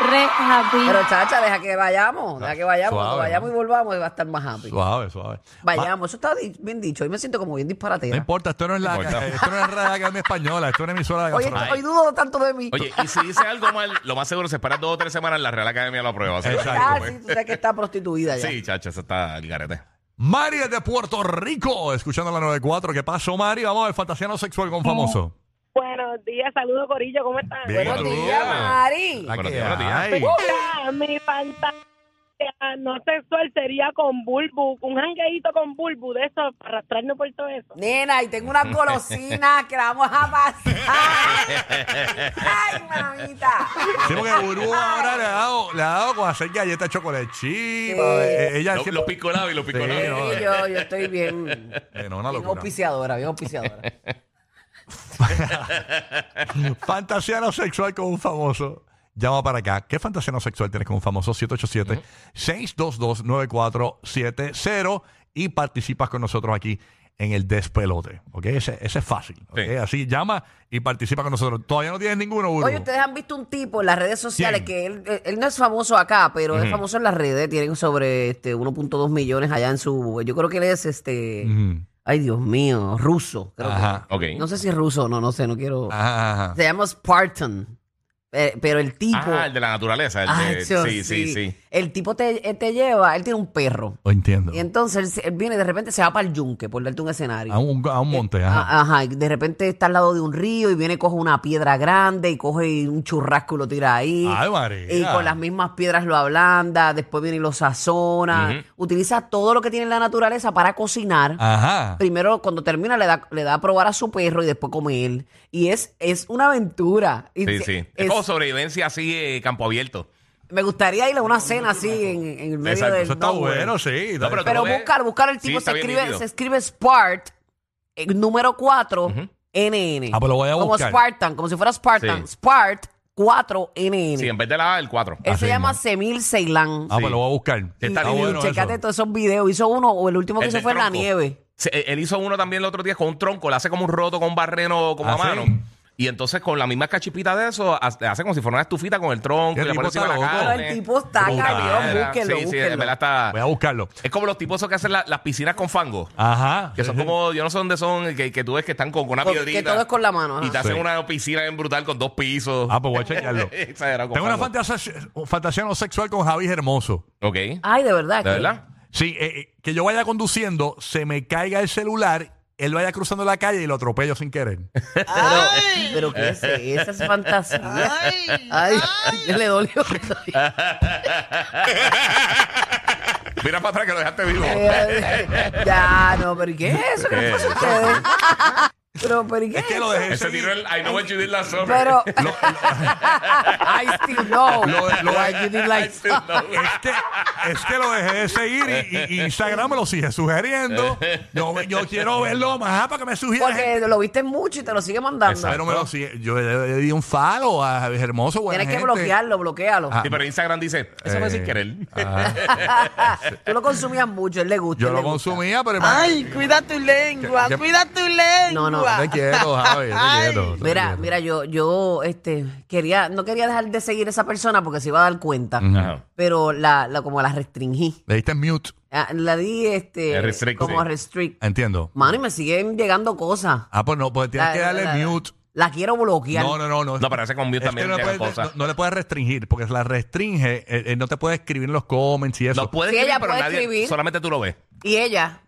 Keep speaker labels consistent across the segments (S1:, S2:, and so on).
S1: re happy.
S2: Pero chacha, deja que vayamos, deja que vayamos,
S3: Suave,
S2: cuando vayamos y
S3: ¿no?
S2: volvamos y va a estar más happy.
S3: Suave, suave. Va-
S2: Vayamos, eso está di- bien dicho, hoy me siento como bien
S3: No
S2: disparatera.
S3: importa, esto no es la,
S4: No importa.
S3: esto no es Radio Academia Española, esto es una emisora de
S2: Hoy,
S3: gasolina.
S2: hoy dudo tanto de mí. Ah,
S4: Oye, y si dice algo mal, lo más seguro se espera dos o tres semanas la Real Academia lo aprueba. así que-
S3: Exacto.
S2: Ah, sí, tú sabes que está prostituida ya.
S4: Sí, chacho, eso está el garete.
S3: Mari desde Puerto Rico, escuchando la 94. ¿Qué pasó, Mari? Vamos a ver, fantasía no sexual con un famoso.
S5: Buenos días, saludos Corillo, ¿cómo están?
S3: Bien,
S2: Buenos
S3: tú.
S2: días, Mari.
S3: La
S4: Buenos
S3: que
S4: días, buenos días.
S3: hay.
S5: Mira, mi fantasía no sexual sería con Bulbu, un jangueíto con Bulbu de eso, para arrastrarnos por todo eso.
S2: Nena, y tengo una golosina que la vamos a pasar. Ay, mamita.
S3: Sí, porque Burbu ahora le ha dado, le ha dado con hacer galletas de chocolate chip. Eh, Ella
S4: Lo,
S3: siempre-
S4: lo pico y lo pico
S3: Sí, no,
S2: Sí, yo, yo estoy bien,
S3: Eh, no, una
S2: bien
S3: locura.
S2: auspiciadora, bien auspiciadora.
S3: Fantasía no sexual con un famoso. Llama para acá. ¿Qué fantasía no sexual tienes con un famoso? 787-622-9470. y participas con nosotros aquí en el despelote. ¿Ok? Ese, ese es fácil. ¿ok?
S4: Sí.
S3: Así llama y participa con nosotros. Todavía no tienes ninguno, Burbu.
S2: Oye, ustedes han visto un tipo en las redes sociales
S4: ¿Quién?
S2: que él, él- él no es famoso acá, pero es famoso en las redes. Tienen sobre este 1.2 millones allá en su. Yo creo que él es este.
S3: Ujú.
S2: Ay, Dios mío, ruso. creo que.
S3: Ajá.
S4: Ok. Ah.
S2: No sé si es ruso o no, no sé, no quiero.
S3: Ajá, ajá.
S2: Se llama Spartan. Eh, Pero el tipo.
S4: Ah, el de la naturaleza. el
S2: Ah,
S4: de-
S2: yo
S4: sí, sí, sí.
S2: El tipo te, eh, te lleva, él tiene un perro.
S3: Lo entiendo.
S2: Y entonces él, se- él viene de repente se va para el yunque, por darte un escenario.
S3: A un, a un monte, ajá.
S2: Ah, Ajá, y de repente está al lado de un río y viene, coge una piedra grande y coge un churrasco y lo tira ahí.
S3: Ay, María.
S2: Y con las mismas piedras lo ablanda, después viene y lo sazona. Utiliza todo lo que tiene la naturaleza para cocinar.
S3: Ajá.
S2: Primero, cuando termina, le da, le da a probar a su perro y después come él. Y es, es una aventura. Y
S4: Sí,
S2: se-
S4: sí. Es,
S2: es-
S4: como sobrevivencia así, eh, campo abierto.
S2: me gustaría ir a una cena así en, en el medio
S4: Exacto,
S2: del
S3: Eso está
S2: nowhere.
S3: bueno, sí.
S4: No, pero-
S2: Pues Pero
S4: Lo ves.
S2: buscar, buscar el
S4: Sí,
S2: tipo
S4: está
S2: se,
S4: bien
S2: escribe,
S4: nítido.
S2: se escribe Spart, el número 4, NN.
S3: Ah, pues lo voy a
S2: como
S3: buscar.
S2: Spartan, como si fuera Spartan.
S4: Sí.
S2: Spart 4 NN.
S4: Sí, en vez de la A, el 4.
S2: Él
S3: Así
S2: se llama
S3: mismo.
S2: Semil Ceilán.
S3: Ah, pues lo voy a buscar.
S4: Está
S2: Y- y
S4: bueno
S2: checate
S3: eso.
S2: todos esos videos. Hizo uno, o el último que
S4: El
S2: hizo
S4: del
S2: fue en la
S4: tronco.
S2: nieve.
S4: Se- eh, él hizo uno también el otro día con un tronco, le hace como un roto con un barreno como
S3: Ah,
S4: a mano.
S3: ¿sí?
S4: Y entonces con la misma cachipita de eso, ha- le hace como si fuera una estufita con el tronco
S3: ¿Qué
S4: y le
S3: tipo
S4: pone encima
S3: está
S4: la
S3: loco?
S4: carne.
S2: Pero el tipo está
S4: Brutal.
S2: cañón, búsquenlo,
S4: Sí, sí,
S2: búsquenlo.
S4: en verdad está-
S3: Voy a buscarlo.
S4: Es como los tipos esos que hacen la- las piscinas con fango.
S3: Ajá.
S4: Que son
S3: Sí, sí.
S4: como, yo no sé dónde son, que, que tú ves que están con, con una
S2: Con- que
S4: piedrita.
S2: todo es con la mano, ajá.
S4: Y te hacen
S3: Sí.
S4: una piscina bien brutal con dos pisos.
S3: Ah, pues voy a chequearlo.
S4: Exagerado con
S3: Tengo una
S4: fango.
S3: fantasía, fantasía no sexual con Javi Hermoso.
S4: Ok.
S2: Ay, de verdad.
S4: ¿De
S2: que-
S4: verdad?
S3: Sí, eh, eh, que yo vaya conduciendo, se me caiga el celular, él vaya cruzando la calle y lo atropello sin querer.
S2: Pero, pero ¿qué es esa? Es fantasía. Ay, ya le dolió.
S4: Mira para atrás que lo dejaste vivo.
S2: ya, no, pero ¿y ¿qué es eso? ¿Qué les pasa a ustedes? Pero, pero ¿y ¿qué
S3: Es que
S2: es
S3: lo
S2: eso?
S3: dejé
S4: Ese
S3: seguir.
S4: tiró el I know what you did last summer.
S2: Pero. I still know.
S3: Lo- lo-
S2: Why you did
S4: I
S2: like-
S4: still know.
S3: Es que, es que lo dejé de seguir y, y- y Instagram me lo sigue sugiriendo. Yo, yo quiero verlo más ah, para que me sugiera. gente.
S2: Porque lo viste mucho y te lo sigue mandando.
S4: Exacto.
S3: Pero me lo sigue. Yo le, le di un falo a Javi Hermoso. buena
S2: Tienes que
S3: gente.
S2: bloquearlo, bloquearlo.
S3: Ah.
S4: Sí, pero Instagram dice, eso fue
S3: Eh,
S4: sin querer.
S2: Tú lo consumías mucho, él le gusta.
S3: Ah, Yo
S2: él
S3: lo
S2: le gusta.
S3: consumía, pero.
S6: Ay, cuida tu lengua,
S3: Que- que-
S6: cuida tu lengua.
S2: No, no,
S3: Te quiero, Javi. Te
S6: Ay.
S3: quiero. te
S2: Mira,
S3: quiero.
S2: mira, yo, yo, este, quería, no quería dejar de seguir a esa persona porque se iba a dar cuenta,
S4: Ajá.
S2: pero la, la, como la restringí.
S3: Le diste mute.
S2: Ah, La di, este,
S4: Eh, restrict,
S2: como
S4: sí.
S2: restrict.
S3: Entiendo.
S2: Mano, y me siguen llegando cosas.
S3: Ah, pues no, pues tienes
S2: La-
S3: que darle
S2: la- la-
S3: mute.
S2: La quiero bloquear.
S3: No, no, no, no.
S4: No, pero ese con mute
S3: Es
S4: también
S3: que no, le
S4: llegan
S3: puedes-
S4: cosas.
S3: no- no le puedes restringir, porque si la restringe, él, él no te puede escribir en los comments y eso.
S4: No puede
S2: Sí,
S4: escribir,
S2: ella
S4: pero
S2: puede
S4: nadie,
S2: escribir.
S4: solamente tú lo ves.
S2: Y ella,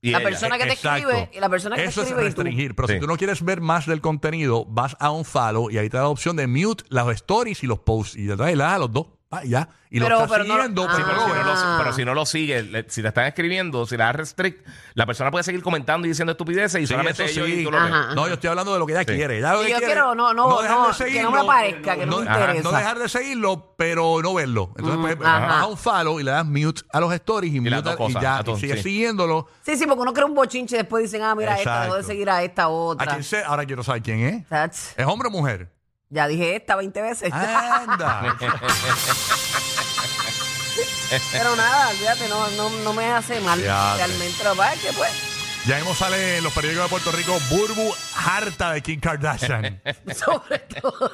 S4: Y
S2: la
S4: ella.
S2: persona que te
S3: Exacto.
S2: escribe, y la persona que
S3: Eso
S2: te escribe
S3: es
S2: y tú.
S3: restringir. Pero si
S4: Sí.
S3: tú no quieres ver más del contenido, vas a un follow y ahí te da la opción de mute las stories y los posts. Y entonces le das a los dos. Ah, ya. Y
S2: Pero-
S3: lo estás
S2: pero no-
S3: siguiendo,
S2: Ah.
S4: Sí, pero, si no
S3: lo-
S4: lo, pero si no lo sigue, le- si te están escribiendo, si la das restrict, la persona puede seguir comentando y diciendo estupideces y
S3: Sí,
S4: solamente
S3: eso
S4: ellos
S3: sí.
S4: y tú lo ves.
S2: Ajá.
S3: No, yo estoy hablando de lo que ella
S4: Sí.
S3: quiere. Ella lo
S2: Sí,
S3: que
S2: yo
S3: quiere-
S2: quiero- no, no, no,
S3: dejar de
S2: que no me
S3: seguirlo,
S2: aparezca, que no me
S3: ajá,
S2: interesa. Mm,
S3: no dejar de seguirlo, pero no verlo. Entonces, pues,
S2: ajá.
S3: vas a un follow y le das mute a los stories y, mute
S4: las dos
S3: a- y
S4: cosas,
S3: ya.
S4: a todo,
S3: y sigues
S4: sí.
S3: siguiéndolo.
S2: Sí, sí, porque uno crea un bochinche y después dicen, ah, mira, esta, debo de
S3: Exacto.
S2: seguir a esta
S3: ¿A
S2: otra.
S3: quién sé? Ahora quiero saber quién es.
S2: That's-
S3: ¿Es hombre o mujer?
S2: ya dije esta 20 veces.
S3: Ah. Anda.
S2: Pero nada, olvídate, no, no, no me hace mal.
S3: Ya,
S2: Realmente lo que pasa es que, pues,
S3: ya hemos sale en los periódicos de Puerto Rico Burbu harta de Kim Kardashian.
S2: sobre todo.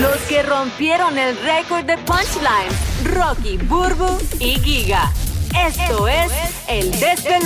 S7: Los que rompieron el récord de punchline. Rocky, Burbu y Giga. Esto es el despelote.